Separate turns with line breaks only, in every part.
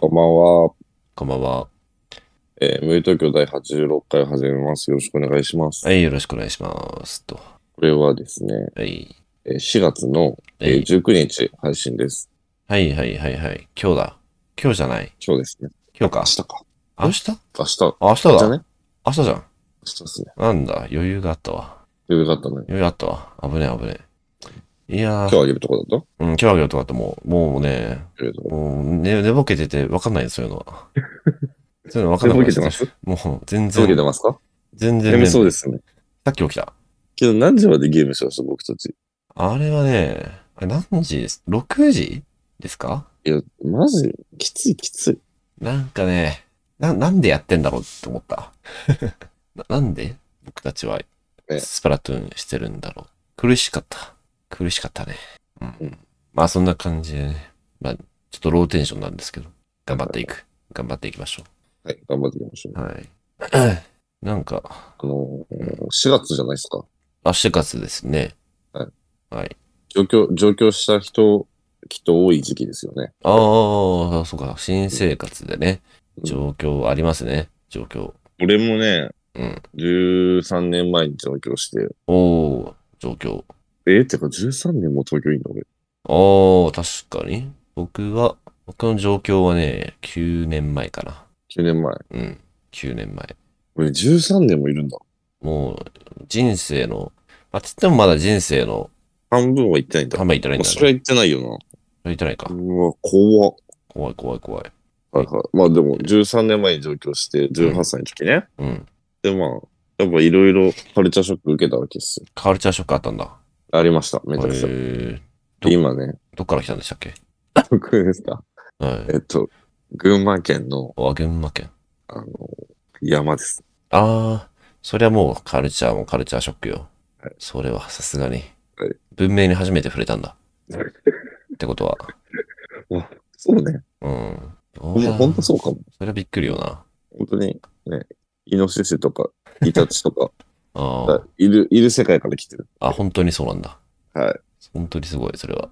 こんばんは。
こんばんは。
えー、無理東京第86回を始めます。よろしくお願いします。
はい、よろしくお願いします。と。
これはですね、
はい。
えー4月の、
は
えー
い、
19日配信です。
はい、はい、はい、はい。今日だ。今日じゃない。
今日ですね。
今日
明
か。
日か。
明日
明日。
あ
明
明日
日じゃ
だ。
ね
明日じゃん。
明日ですね。
なんだ、余裕があったわ。
よかったね。
余裕あったわ。危ねえ、危ねえ。いや
今日
ー、
あげるとこだと
うん、今日あげようとかってもう、もうね、
あげるとこ。
もう寝寝ぼけてて分かんないよ、そういうの は。そういうの分かん
寝ぼ
ない
けてます
もう、
寝
全
ぼけ
然、
てますか
全
眠
然眠い
そうですね。
さっき起きた。
けど何時までゲームしました、僕たち。
あれはね、あれ何時です ?6 時ですか
いや、マジ、きついきつい。
なんかね、な、なんでやってんだろうって思った。 な、なんで僕たちは
ええ
スプラトゥーンしてるんだろう。苦しかった。苦しかったね。う
うんん。
まあそんな感じでね。まあちょっとローテンションなんですけど、頑張っていく。頑張っていきましょ
はい、頑張っていきましょう
う。。はい。 なんか、
あのー、4月じゃないですか。
あ、4月ですね。
はい。
はい。
上京、上京した人、きっと多い時期ですよね。
ああ、そうか。新生活でね、
うん
状況ありますね。状況。
俺もね、
うん。
13年前に上京して、
おお、状況。
えー、てか13年も東京いんの俺。
ああ、確かに。僕は、僕の状況はね、9年前かな。
9年前。
うん、9年前。
俺13年もいるんだ。
もう、人生の、まあ、つってもまだ人生の
半分は行ってないんだ。
半分いってないんだね。
それは行ってないよ
それいってないか
な。。うわ、怖っ。
怖い怖い怖い。
はいはい。まあでも、13年前に上京して、18歳の時ね。
うん。
で、まあ、やっぱいろいろカルチャーショック受けたわけですよ。
カルチャーショックあったんだ。
ありました。め
へ
ちゃくちゃ。
え。
で今ね、
どっから来たんでしたっけ
僕ですか。
はい。
えっと、群馬県の、
あ、群馬県。
あの、山です。
ああ、そりゃもうカルチャーもカルチャーショックよ
はい。
それはさすがに
はい。
文明に初めて触れたんだ。
はい
ってことは。
そうね。
うん。
ほんほんとそ
そ
うかも。
れはびっくりよな。
本当に、ね、イノシシとか、イタチとか、
ああ
が。いる、いる世界から来てる。
あ、本当にそうなんだ。
はい。
本当にすごい、それは。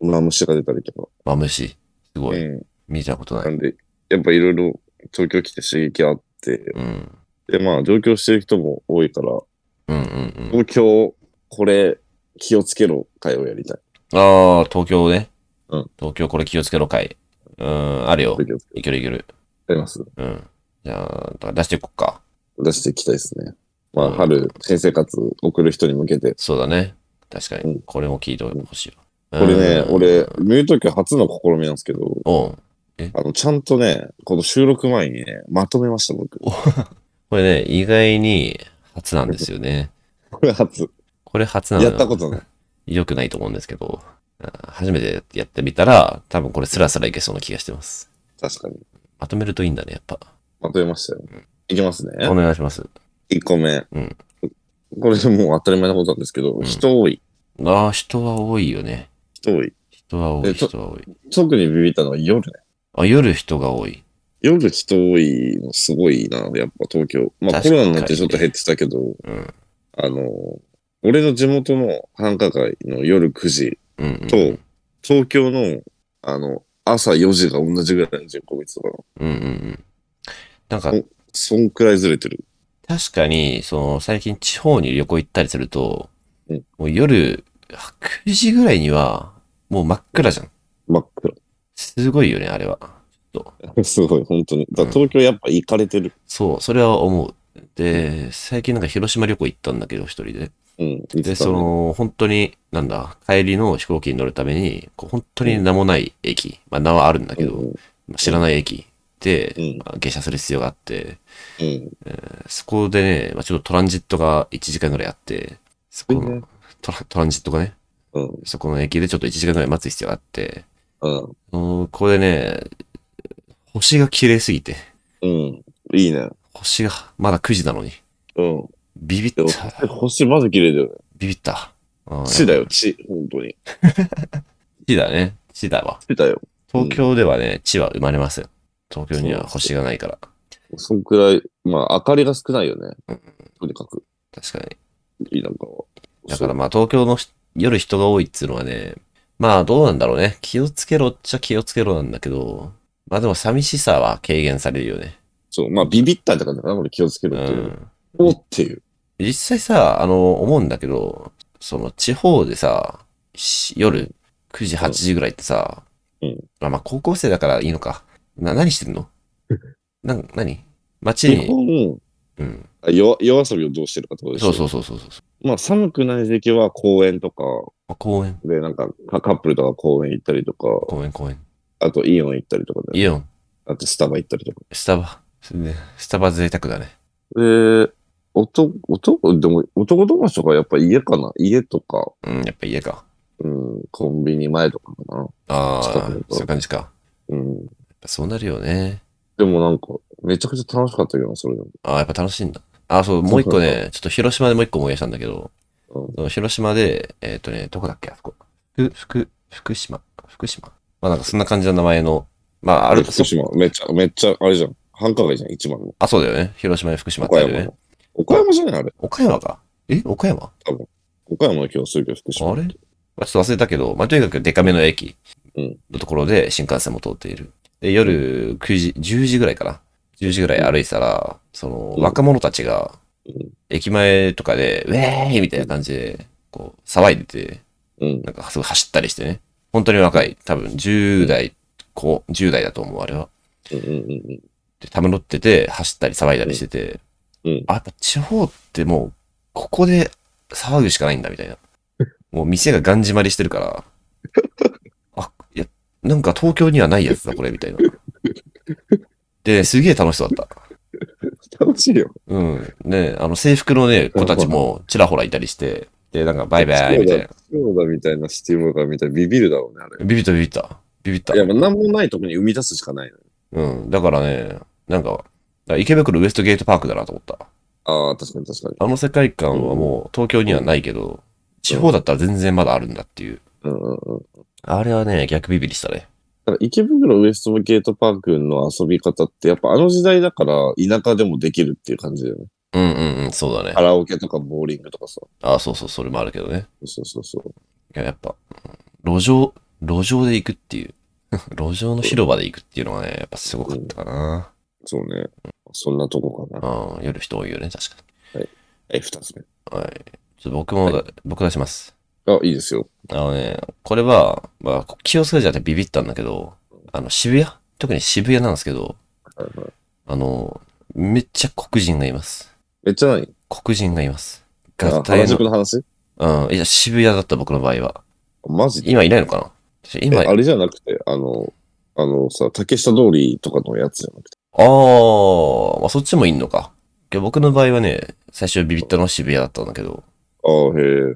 まあ、虫が出たりとか。
マムシ。すご
う
い。
ん。
見たことな。
ないんで、やっぱいろいろ東京来て刺激あって、
うん。
で、まあ、上京してる人も多いから、
うんうんうん。
東京、これ、気をつけろ会をやりたい。
ああ、東京ね。
うん
東京これ気をつけろかい。うん、あるよ。
気をつけ
いけるいける。
ろ。やります
うん。じゃあ、だから出していこっか。
出していきたいですね。ま
う
あ、
ん
春、新生活送る人に向けて。
そうだね。確か
う
に
ん。
これも聞いてほしいよ。
これね、
うん
俺、ミュート家初の試みなんですけど、
おう
あの、ちゃんとね、この収録前にね、まとめました、僕。
これね、意外に初なんですよね。
これ初。
これ初なの
や
よ
ったことない。
良くないと思うんですけど、あー初めてやってみたら、多分これスラスラいけそうな気がしてます。
確かに。
まとめるといいんだね、やっぱ。
まとめましたよ。いきますね。
お願いします。
1個目。
うん
これもう当たり前のことなんですけど、
ん
人多い。
ああ、人は多いよね。
人多い。
人は多い、
えと
人は多い。
特にビビったのは夜ね。
あ、夜人が多い。
夜人多いのすごいな、やっぱ東京。まあコ
確かに
ロナになってちょっと減ってたけど、
うん。
あの、俺の地元の繁華街の夜9時
うん、うん。
と、東京の、あの、朝4時が同じぐらいの人口密度かな。
うんうんうん。なんか
お、そんくらいずれてる。
確かに、その、最近地方に旅行行ったりすると、
うん
もう夜、あ9時ぐらいには、もう真っ暗じゃん。
真っ暗。
すごいよね、あれは。
すごい、本当に。だから東京やっぱ行かれてる。
そう、それは思う。で、最近なんか広島旅行行ったんだけど、一人で。
うん、行って
で、
た
そ
ね
の、本当に、なんだ、帰りの飛行機に乗るために、こう本当に名もない駅、まあ名はあるんだけど、
うん
まあ知らない駅で、
うん
まあ下車する必要があって、
うん。
そこでね、まあ、ちょっとトランジットが1時間ぐらいあって、そこ
いい
の
ね
トラトランジットがね、
うん。
そこの駅でちょっと1時間ぐらい待つ必要があって、
うん。
うんこれね、星が綺麗すぎて、
うん。いいね。
星がまだ9時なのに、
うん。
ビビっ
で
た
も、星まず綺麗だよね。
ビビった。うん
地だよ、。地。本当に。
地だね。地だわ。
地だよ。
東京ではね、地は生まれません。東京には星がないから。
そんくらい、まあ、明かりが少ないよね。とにかく、
確かに。
いいなんかは。
だからまあ東京のひ夜人が多いっつうのはね、まあどうなんだろうね。気をつけろっちゃ気をつけろなんだけど、まあでも寂しさは軽減されるよね。
そう、まあ、ビビったって感じかな、これ気をつけ
う
ろっていう。
ん。
おっていう。
実際さ、あの、思うんだけど、その地方でさ、し夜9時、8時ぐらいってさ、
うん
まあまあ高校生だからいいのか。な、何してん のなん、何街
日
に、
本、
うん。
あ夜夜遊びをどうしてるかってことでし
そ
ょ
うそうそうそうそう。
まあ、寒くない時期は公園とか、
あ公園、
で、なんか、カカップルとか公園行ったりとか、
公園、公園。
あとイオン行ったりとかで、
イオン、
あとスタバ行ったりとか。
スタバ。それねスタバ贅沢だね。
で、男、男、でも男友達とかやっぱ家かな家とか、
うん、やっぱ家か。
うん、コンビニ前とかかな。
ああ、
近くだと
そういう感じか。やっ
うん。
ぱそうなるよね。
でもなんか、めちゃくちゃ楽しかったけどな、それでも。
ああ、やっぱ楽しいんだ。ああ、そう、もう一個ね、ちょっと広島でもう一個思い出したんだけど、
うん
その広島で、えっ、とね、どこだっけ、あそこ。福、福、福島福島まあなんかそんな感じの名前の、まあある、
福島、めっちゃ、めっちゃ、あれじゃん。繁華街じゃん、一番の。
あ、そうだよね。広島に福島って
岡
ある
山
よね
の。。岡山じゃないあれ。
岡山か。え岡山
岡山の気がするけど、福島。
あれまあちょっと忘れたけど、まあ、とにかくデカめの駅
うん
のところで新幹線も通っている。で、夜9時、10時ぐらいかな。10時ぐらい歩いてたら、その
うん
若者たちが
うん、
駅前とかで、ウェーイみたいな感じで、こう、騒いでて、
うん。
なんかすごい走ったりしてね。本当に若い。多分10代、こう、10代だと思う、あれは。
うんうんうん
で、たむろってて、走ったり騒いだりしてて、
うんうん
あ、やっぱ地方ってもう、ここで騒ぐしかないんだみ たいな。もう店がガンじまりしてるから、あ、いや、なんか東京にはないやつだ、これ、みたいな。で、すげえ楽しそうだった。
うん。楽しいよ。
うん。ね、あの制服のね、子たちもちらほらいたりして、で、なんかバイバイみたいな。
そうだみたいな、シティモーカーみたいな、ビビるだろうね、あれ。
ビビったビビった。ビビった
い。や、なんもないとこに生み出すしかないのよ。
うん。だからね、なんか、だから池袋ウエストゲートパークだなと思った。
ああ、確かに確かに。
あの世界観はもう東京にはないけど、地方だったら全然まだあるんだっていう。
うんうんうん。
あれはね、逆ビビりしたね。
だから池袋ウエストゲートパークの遊び方って、やっぱあの時代だから田舎でもできるっていう感じだよね。
うんうんうん、そうだね
カ。ラオケとかボーリングとかさ。
ああ、そうそう、それもあるけどね。
そうそうそう。
いややっぱ、うん路上、路上で行くっていう。 路上の広場で行くっていうのがね、やっぱすごかったかな。
そうね。そんなとこかな。
うん、夜人多いよね、確か
え、二つ目。
に。はい。ちょっと僕も、僕出します。
あ、いいですよ。
あのね、これは、まあ、気をつけちゃってビビったんだけど、あの、渋谷特に渋谷なんですけど、
はいはい
あの、めっちゃ黒人がいます。
めっちゃ何
黒人がいます。
あ
合体
原宿
の。
の話
うん。いや、渋谷だった僕の場合は。
マジで
今いないのかな私
え
今、あ
あれじゃなくて、あの、あのさ、竹下通りとかのやつじゃなくて。
あー、まあ、そっちもいんのか。いや僕の場合はね、最初ビビったのは渋谷だったんだけど、
ああ、へえ。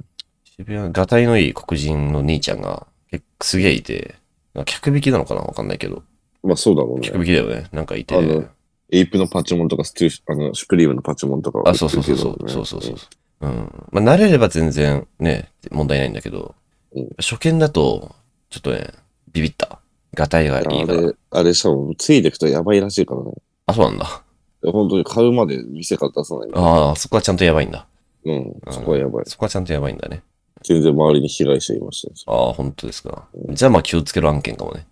渋谷、がたいのいい黒人の兄ちゃんが、結構すげえいて、なんか客引きなのかなわかんないけど。
まあそうだろうね
客。引きだよね。なんかいて。
あのエイプのパチモンとか、ステューあの、シュプリームのパチモンとか。
あ、そうそうそうそう。そうそうそう。うん。まあ、慣れれば全然ね、問題ないんだけど
うん、
初見だと、ちょっとね、ビビった。がたいがい
あ
いから。
れ、あれしかも、ついてくとやばいらしいからね。
あ、そうなんだ。
本当に買うまで店から出さない。
ああ、そこはちゃんとやばいんだ。
うん、そこはやばい。
そこはちゃんとやばいんだね。
全然周りに被害者いましたよ
ああ、本当ですか。じゃあまあ気をつけろ案件かもね。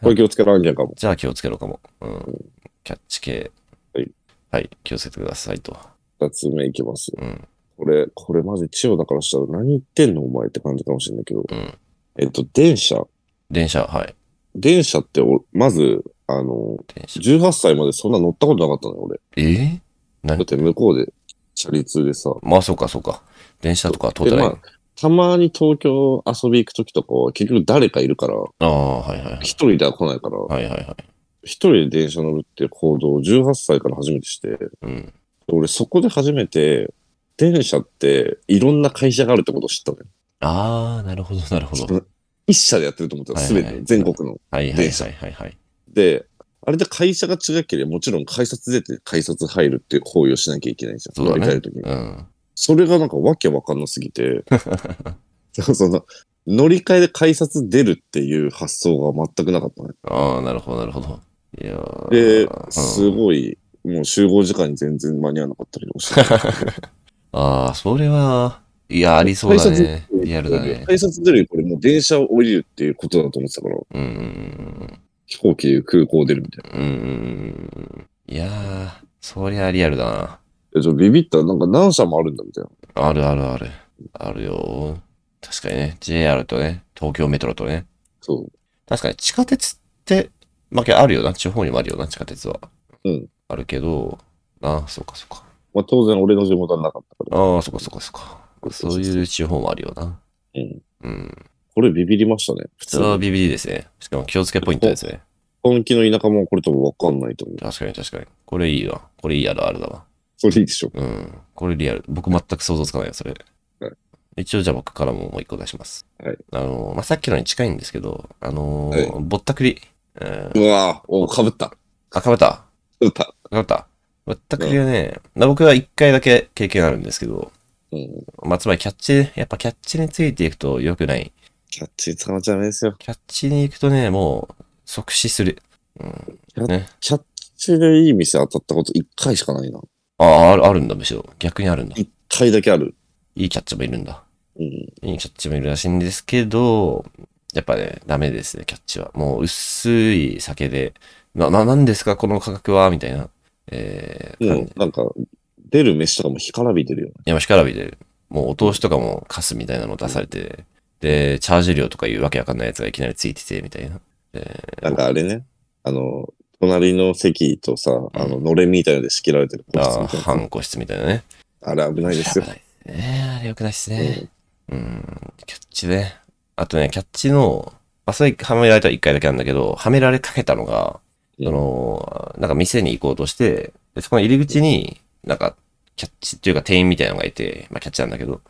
これ気をつけらんじゃんかも。
じゃあ気をつけろかも。うん。キャッチ系。
はい。
はい、気をつけてくださいと。
二つ目いきますよ。
うん。
これ、これマジ千代だからしたら何言ってんのお前って感じかもしれないけど。
うん。
えっと、電車。
電車、はい。
電車ってお、まず、あの、
電車。
18歳までそんな乗ったことなかったのよ、俺。
えー、
だって向こうで、車立でさ。
まあそうかそうか。電車とか通って
で
ない。
まあたまに東京遊び行くときとかは、結局誰かいるから、
ああ、はいはい。
一人では来ないから、
はいはいはい。
一人で電車乗るっていう行動を18歳から初めてして、
うん。
俺そこで初めて、電車っていろんな会社があるってことを知ったのよ。
ああ、なるほどなるほど。
一社でやってると思った
は
ら、
い
す
はい
べて全国の。
はいはいはいはいはい。
で、あれで会社が違ければ、もちろん改札出て改札入るっていう行為をしなきゃいけないじゃん。
そうだ
乗
ね
り換えるときに。
うん。
それがなんかわけわかんなすぎ て、その、乗り換えで改札出るっていう発想が全くなかったね。
ああ、なるほどなるほど。いやー
で
う、ん
すごい、もう集合時間に全然間に合わなかったりとかして。
ああ、それは、いや、ありそうだね。リアルだね。
改札出るよりこれもう電車を降りるっていうことだと思ってたから、
うん。
飛行機で空港出るみたいう
ーん。いやー、そりゃリアルだな。
な。え、ちょ、ビビったらなんか何社もあるんだみたいな。
あるあるある。あるよ。確かにね、JR とね、東京メトロとね。
そ
確かに地下鉄って、まあ、けどあるよな。地方にもあるよな、地下鉄は。
うん。
あるけど、ああ、そうかそうか。
う。まあ当然俺の地元はなかったから。
ああ、そうかそうかそうか。そういう地方もあるよな。
うん。
うん。
これビビりましたね。普
そ
通
れはビビリですね。しかも気をつけポイントですね。
本気の田舎もこれ多分わかんないと思う。
確かに確かに。これいいわ。これいいあるあるだわ。
それいいでしょ。
うん。これリアル。僕全く想像つかないよ、それ
はい。
一応じゃあ僕からももう一個出します。
はい。
あのー、まあ、さっきのに近いんですけど、あのーぼったくり。うん。
うわぁ、おかぶった。か
あ、かぶった。
ぶった。
かぶった。ぼったくりはね、まあ僕は一回だけ経験あるんですけど、
うん。
まあ、つまりキャッチ、やっぱキャッチについていくと良くない。
キャッチ捕まっちゃダメですよ。
キャッチに行くとね、もう、即死する。うん。
キャッチでいい店当たったこと1回しかないな。
ああ、ある、あるんだ、むしろ。逆にあるんだ。
1回だけある。
いいキャッチャーもいるんだ。
うん。
いいキャッチャーもいるらしいんですけど、やっぱね、ダメですね、キャッチは。もう、薄い酒で、な、な、なんですか、この価格はみたいな。えー、
も
感
う
じ
なんか、出る飯とかも干からびてるよね。
いや、干からびで、もう、お通しとかも貸すみたいなの出されて、で、チャージ料とかいうわけわかんないやつがいきなりついてて、みたいな。え
なんかあれね。あの、隣の席とさ、あの、のれんみたいので仕切られてる個
ー、
室
あ
みた
ー、
いな
半個室みたいなね。
あれ危ないですよ
危。ないですね。あれ良くないです
う
ね。
ん
うん、キャッチね。あとね、キャッチの、まあ、それはめられた1回だけなんだけど、はめられかけたのが、
うん
その、なんか店に行こうとして、でそこの入り口に、なんか、キャッチっていうか店員みたいなのがいて、まあキャッチなんだけど、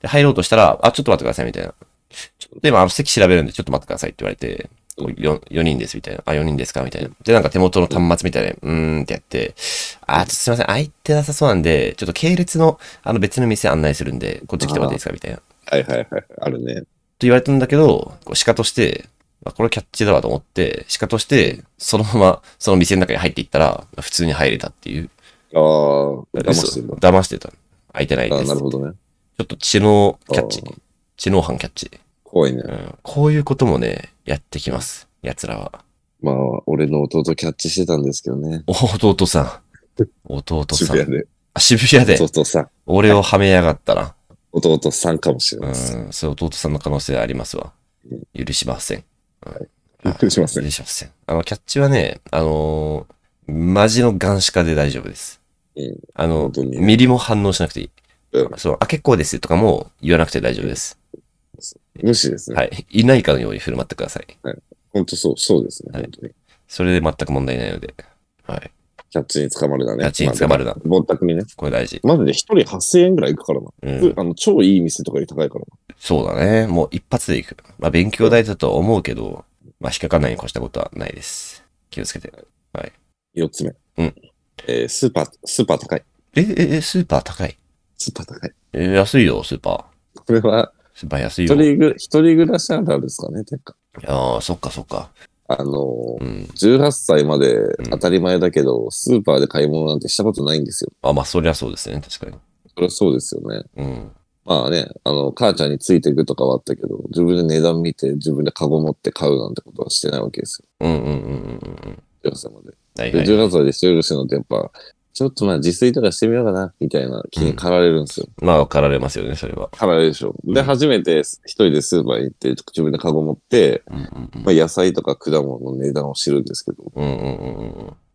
で、入ろうとしたら、あ、ちょっと待ってください、みたいな。ちょっと今、あの席調べるんで、ちょっと待ってくださいって言われて、4, 人です、みたいな。あ、4人ですかみたいな。で、なんか手元の端末みたいな、うーんってやって、あ、ちょっとすいません、空いてなさそうなんで、ちょっと系列の、あの別の店案内するんで、こっち来てもらっていいですかみたいな。
はいはいはい。あるね。
と言われたんだけど、こう鹿として、あこれキャッチだわと思って、鹿として、そのまま、その店の中に入っていったら、普通に入れたっていう。
ああ、騙してるんだ。
そう騙してた。空いてない
あ
で
あ、
す。
なる
ちょ
ほどね。
っと知能キャッチ
あ。
知能犯キャッチ、
怖いね。
うん。こういうこともね、やってきます。奴らは。
まあ、俺の弟キャッチしてたんですけどね。
お弟さ ん。弟さん。
渋谷で。
あ渋谷で。
弟さん。
俺をはめやがったな。
弟さんかもしれ
う
ないです。
ん。それ弟さんの可能性ありますわ。許しません。
びっくりしますね。
失礼しますあの、キャッチはね、あのーマジのガンシカで大丈夫です。
うん
あの、
本当にね
ミリも反応しなくていい。
うん
そう、あ、結構ですとかも言わなくて大丈夫です。
無視ですね。
はい。いないかのように振る舞ってください。
本当そう、そうですね。
はい
本当に。
それで全く問題ないので。はい。
キャッチに捕まるだね。
キャッチに捕まるな
あぼったくにね。
これ大事。
マジで一人8000円ぐらいいくからな。
う
普通
ん。
あの、超いい店とかより高いから
そうだね。もう一発でいく。まあ、勉強代だとは思うけど、まあ、引っかかんないに越したことはないです。気をつけて。
な。4つ目。
うん。
えースーパー、スーパー高い。
え、え、え、スーパー高い。
スーパー高い。
えー安いよ、スーパー。
これは、
スーパー安い
一
よ。
人ぐ、一人暮らしあるあるですかね、てか。
ああ、そっかそっか。
あのー
うん。
18歳まで当たり前だけど、スーパーで買い物なんてしたことないんですよ。
あ、まあ、そりゃそうですね。確かに。
それはそうですよね。
うん。
まあね、あの、母ちゃんについていくとかはあったけど、自分で値段見て、自分でカゴ持って買うなんてことはしてないわけです
うんうんうんうんうん。
よ。18歳まで。
はい
で、
はい。
18歳で一人暮らしのってやっぱ、ちょっとまあ自炊とかしてみようかな、みたいな気に駆られるんですよ。
まあ、分かられますよね、それは。
駆られるでしょ。で、
うん
初めて一人でスーパーに行って、自分でカゴ持って、
うんうんうん
まあ、野菜とか果物の値段を知るんですけど、
うんうんうん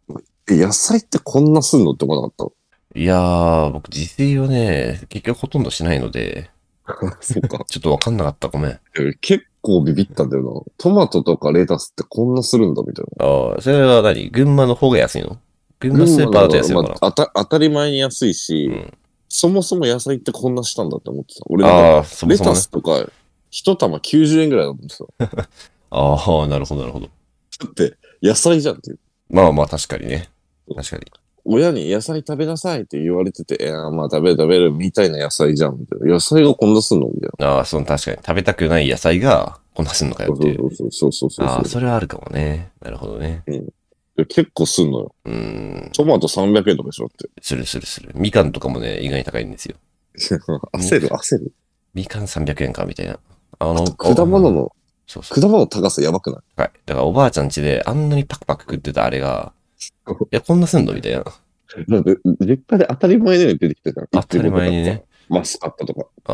うん。
え野菜ってこんなすんのって思わなかっ
いやー、僕、自炊をね、結局ほとんどしないので、
た。そうか。
ちょっと分かんなかった、ごめん。あ
え結構ビビったんだよな。トマトとかレタスってこんなするんだ、みたい
あ、それは何群馬の方が安いの群
な。
馬スーパーだと安いのか
ま
な
あた当たり前に安いし、
うん
そもそも野菜ってこんなしたんだって思ってた。俺なんか、
ああ、そも
レ
そも
タ
ね
ス。とか、一玉90円ぐらいだと思ってた。
ああ、なるほど、なるほど。
だって、野菜じゃんっていう。
まあまあ、確かにね。確かに。
親に野菜食べなさいって言われてて、いやー、まあ食べる食べるみたいな野菜じゃん、みたいな。野菜がこんなすんのみたい
ああ、その確かに。食べたくない野菜が、こんなすんのかよ
な。
っていう。
そうそうそうそうそう
ああ、
そう
それはあるかもね。なるほどね。
いや結構すんのよ。
うーん、
トマト300円とかでしょって。
するするする。みかんとかもね、意外に高いんですよ。
焦る、焦る。
みかん300円か、みたいな。あの、
果物の
そうそう。
果物の高さやばくない
はい。だからおばあちゃん家であんなにパクパク食ってたあれが、いや、こんなすんのみたいな。
だって、実家で当たり前のように出てきたじゃん。
当たり前にね。
マスカットとか。
ああ、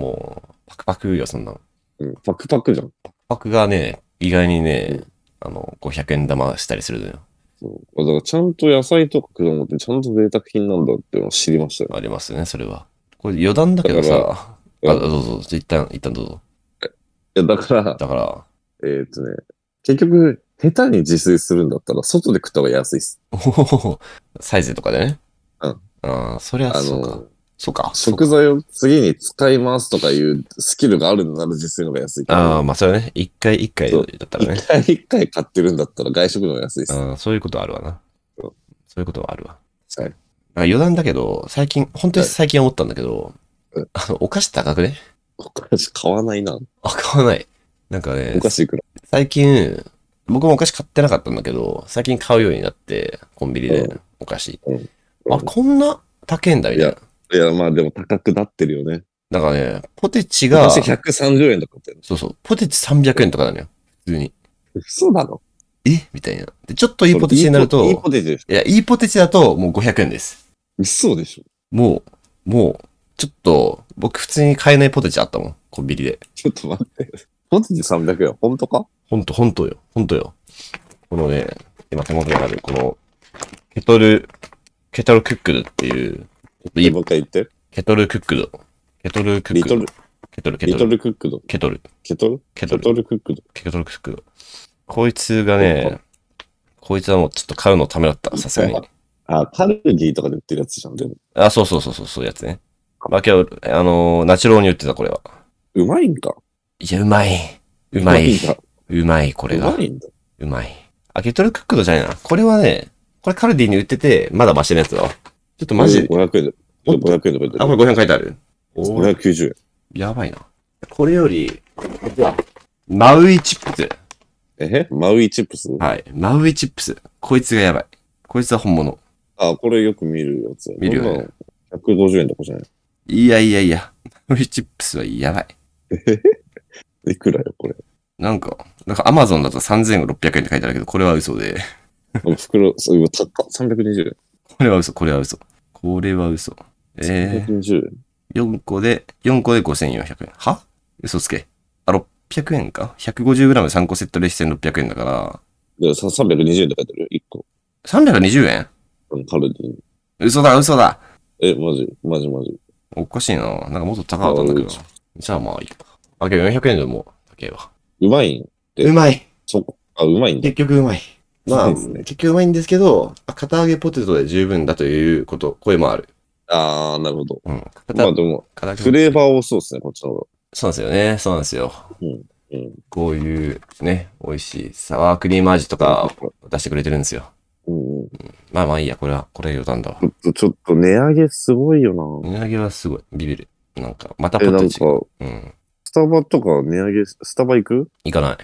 もう、パクパクよ、そんなの。
うん、パクパクじゃん。
パクがね、意外にね、
う
あの、500円玉したりするのよ。
そう。だからちゃんと野菜とか果物ってちゃんと贅沢品なんだっていうのを知りましたよ。
ありますよね、それは。これ余談だけど
だ
さ、
ら
あ、
うん
どうぞ、一旦、一旦どうぞ。
いや、だから、
だから、
えーっ、とね、結局、下手に自炊するんだったら、外で食った方が安いっす。
おほほほサイズとかでね。
うん。
ああ、そりゃ
あ
そうか
の。、
そうか。
食材を次に使いますとかいうスキルがあるなら自炊の方が安い。
ああ、まあそれはね、一回一回
そう
だったらね
一。回一回買ってるんだったら外食の方が安いっす。
あーそういうことあるわな。
そ
そう
う
いうことはあるわ。
はい
なんか余談だけど、最近、本当に最近思ったんだけど、
うん
あの、お菓子高くね
お菓子買わないな。
あ、買わない。なんかね
お、菓子いくら。
最近、僕もお菓子買ってなかったんだけど、最近買うようになって、コンビニ
う
でお菓子。
うん
あ、こんな高いんだ、みたい
いいや、まあでも高くなってるよね。
な。なんかね、ポテチが、
昔130円とかって。
そうそう、ポテチ300円とかなのよ。普通に。
嘘だろ。
えみたいな。で、ちょっといいポテチになる
いいポ
と、
テチでしょ。
いや、いいポテチだともう500円です。
嘘でしょ。
もう、もう、ちょっと、僕普通に買えないポテチあったもん、コンビニで。
ちょっと待って。 ポテチ300円。本当か
ほんと、ほんとよ、ほんとよ。このね、今手元にある、この、ケトル、ケトルクックルっていう、ちょっといい
もう一回言って。
ケトルクックル。ケトルクッ
リ
ク
ト
ル
ル。、
ケトル、ケ
リ
ト
ト
ル、
ルクックド。
ケトル、
ケトル
ケ
ケ
トル、
トルクックド。
ケトルクックル。こいつがね、こいつはもうちょっと買うのためだった、さすがに。
あ、カルディとかで売ってるやつじゃん。でも、
あ、そうそうそうそう、そういうやつね。まあ今日、あのーナチュローに売ってた、これは。
うまいんか。
いや、うまい。うまい
ん。だ。
うまい、これ
う
が
ま。いんだ。
うまい。あ、ケトルクックドじゃないな。これはね、これカルディに売ってて、まだマシなやつだわ。ちょっとマジ、
500円で。
もっと
500円で書いて
あ、
あ
こ
る。
れ500書いてある。おー
590円。
やばいな。これより、マウイチップス。
えマウイチップス
はい。マウイチップス。こいつがやばい。こいつは本物。
あ、これよく見るやつ。
見るよね
こんなの150円とかじゃない
いやいやいや。マウイチップスはやばい。
いくらよ、これ。
なんか、なんかアマゾンだと3600円って書いてあるけど、これは嘘で。
袋、そういう、たった320円。
これは嘘、これは嘘。これは嘘。えー、
320円。
4個で、4個で5400円。は嘘つけ。あ、600円か ?150g3 個セットで1600円だから、
で、さ320円って書いてあるよ、1個。
320円
うんカルディに。
嘘だ、嘘だ。
え、マジ、マジマジ。
おかしいな。なんかもっと高かったんだけど。じゃあまあいいか。あ、けど400円でも高いわ。
うまいんえう
まい。
そこ。あ、うまいんだ。
局うまい。まあ、
そうですね
結局うまいんですけど、あ片揚げポテトで十分だということ、声もある。
あー、なるほど。
うん。
ま
片
あでも、
片揚げ
フレーバー多そうですね、こっちの方
そうなんですよね。そうなんですよ。
うんうん
こういうね、美味しいサワークリーム味とか
が。
出してくれてるんですよ。
うんうん
まあまあいいや、これは、これ余談だわ
ちょ。っと、ちょっと値上げすごいよな。
値上げはすごい。ビビる。なんか、また
え、
ポ
な
テ
ん
チ。
か、
うん。
スタバとか値上げ、スタバ行く
行かな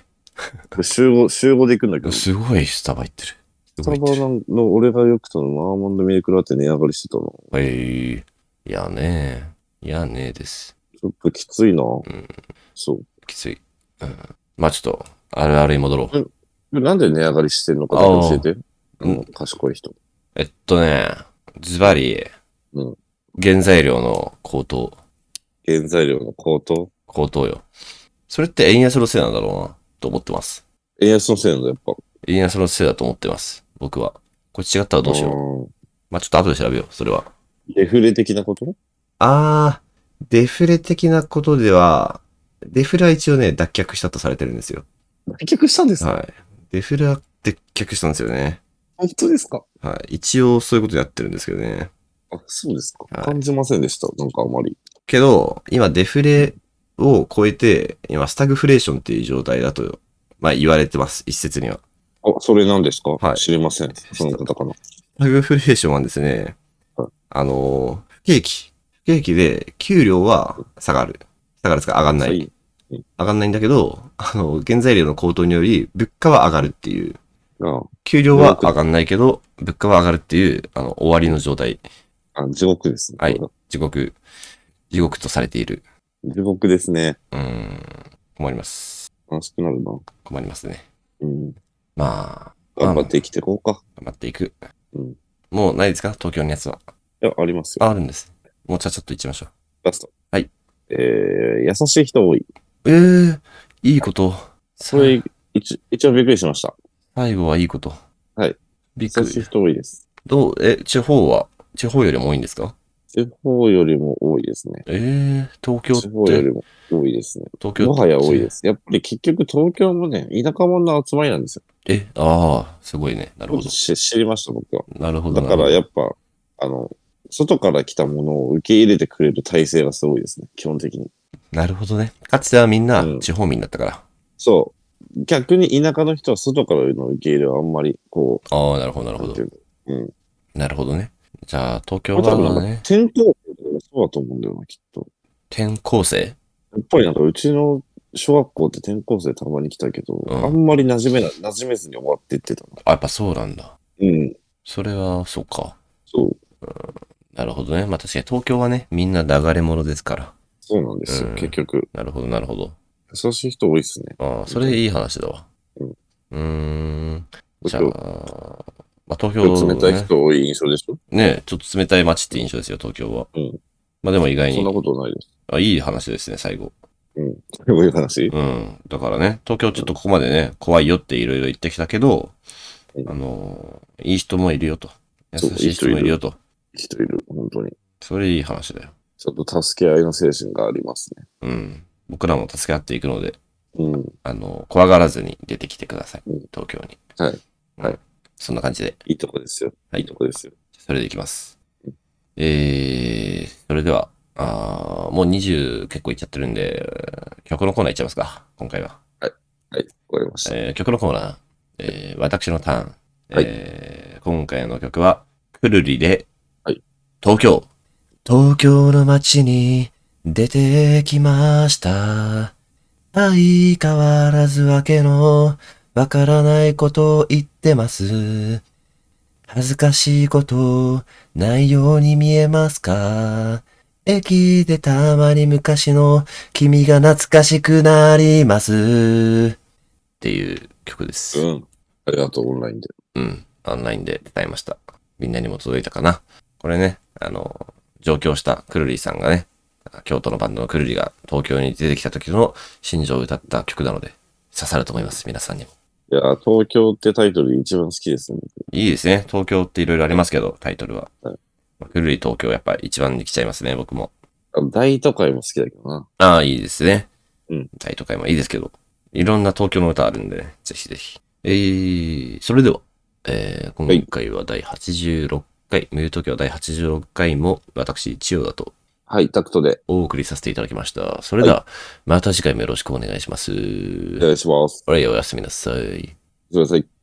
週合、週合で行くんだけど、
い。
ス
すごいスタバ行ってる。す
タ
ごい行っ
バ
てる。
のの俺がよく頼むアーモンドミルクラテ値上がりしてたの。
はい。いやねえ。いやねえです。
ちょっときついな。
ん
そう。
きつい。うん。まあちょっと、あるあるに戻ろう。
なんで値上がりしてんのかだけ教えて。
あ
あ
ー
の賢い人。
えっとね、ズバリ
うん、
原材料の高騰、
原材料の高騰。
高騰よ。それって円安のせいなんだろうな、と思ってます。
円安のせいなんだ、やっぱ。
円安のせいだと思ってます。僕は。これ違ったらどうしよう。
よ
まあちょっと後で調べよう、それは。
う。デフレ的なこと
あー、デフレ的なことでは、デフレは一応ね、脱却したとされてるんですよ。
脱却したんですか、
はい。デフレは脱却したんですよね。
本当ですか
はい。一応そういうことやってるんですけどね。
あ、そうですか、
はい
感じませんでした。なんかあまり。
けど、今デフレを超えて、今スタグフレーションっていう状態だと、まあ言われてます、一説には。
あ、それなんですか、
はい
知りません。その方かな。
スタグフレーションはですね
はい、
あの、不景気。不景気で給料は下がる。下がるですか上がんな。
はいい。
上がんないんだけど、あの、原材料の高騰により物価は上がるっていう。
あ
給料は上がんないけど、物価は上がるっていう、あの、終わりの状態、
あ、地獄ですね。
はい地獄、地獄とされている。
地獄ですね。
うーん、困ります。
悲しくなるな。
困りますね。
うん。
まあ、
頑張って生きていこうか。
頑張っていく。
うん
もうないですか東京のやつは。
いや、ありますよ。
あ、あるんです。もうちゃちゃっといっちゃいましょ
ラスト。
はい。
えー、優しい人多い。
う。ええいいこと。
それ、一一応びっくりしました。
最後はいいこと。
はい。
びっく
優しい
り。
人多いです。
どう、え、地方は、地方よりも多いんですか
地方よりも多いですね。
ええ東京っ
地
て、
方よりも多いですね。
東京。
もはや多いですす。やっぱり結局東京もね、田舎者の集まりなんですよ。
え、ああ、すごいね。なるほど。
し知りました、僕は。
なるほど。
だ
なる
か
ほ
ら
ど
やっぱ、あの、外から来たものを受け入れてくれる体制がすごいですね、基本的に。
なるほどね。かつてはみんな
うん
地方民だったから。
そう。逆に田舎の人は外からの受け入れはあんまり、こ
ああ、なるほど、な
う、
る
な
ほ
ん
ど
てい。うの。うん。
なるほどね。じゃあ、東京
これ多分な
は
んか
ね、
転校生とかがそうだと思うんだよな、きっと。
転校生
やっぱりなんかうちの小学校って転校生たまに来たけど、
うん
あんまり馴染めな、馴染めずに終わっていってたな。
あ、やっぱそうなんだ。
うん。
それは、そうか。
そう。
なるほどね。まあ確かに東京はね、みんな流れ者ですから。
そうなんですよ、
うん
結局。
なるほど、なるほど。
優しい人多いですね。
ああ、それいい話だわ。
うん
うーん。じゃあ、
東
まあ東
京
京、ね、
冷たい人多い印象でしょ
ね、ちょっと冷たい街って印象ですよ、東京は。
うん
まあでも意外
そんな
に、
ことないです。
あ、いい話ですね、最後。
こういう話。
うん。だからね、東京ちょっとここまでね、怖いよっていろいろ言ってきたけど、
うん
あのー、いい人もいるよと。優
そう
しい人もいるよと。
人いる、本当に。
それいい話だよ。
ちょっと助け合いの精神がありますね。
うん。僕らも助け合っていくので、
うん。
あのー、怖がらずに出てきてください
うん。
東京に。
はい
うん。
はい
そんな感じで。
いいとこですよ。
はい
いいとこですよ。
それでいきます
う。
えー、それでは、あーもう20結構いっちゃってるんで、曲のコーナーいっちゃいますか、今回は。
はい、わかりました。
えー曲のコーナー、えー私のターン。
はい
えー今回の曲は、くるりで、
はい
東京。東京の街に出てきました。相変わらずわけのわからないことを言ってます。恥ずかしいことないように見えますか駅でたまに昔の君が懐かしくなります。っていう曲です。
うん。ありがとう、オンラインで。
うん、オンラインで伝えました。みんなにも届いたかな。これね、あの、上京したくるりさんがね、京都のバンドのくるりが東京に出てきた時の心情を歌った曲なので、刺さると思います、皆さんにも。
いやー、東京ってタイトルで一番好きですね。
いいですね。東京っていろいろありますけど、タイトルは
はい。
まあくるり東京やっぱ一番に来ちゃいますね、僕も。
あ大都会も好きだけどな。
ああ、いいですね。
うん。
大都会もいいですけど、いろんな東京の歌あるんで、ね、ぜひぜひ。えー、それでは、えー、今回は第86回、無友東京第86回も、私、千代田と
はい、タクトで。
お送りさせていただきました。それでは、また次回もよろしくお願いします。
お願いします。
おやおやすみなさい。
すいません。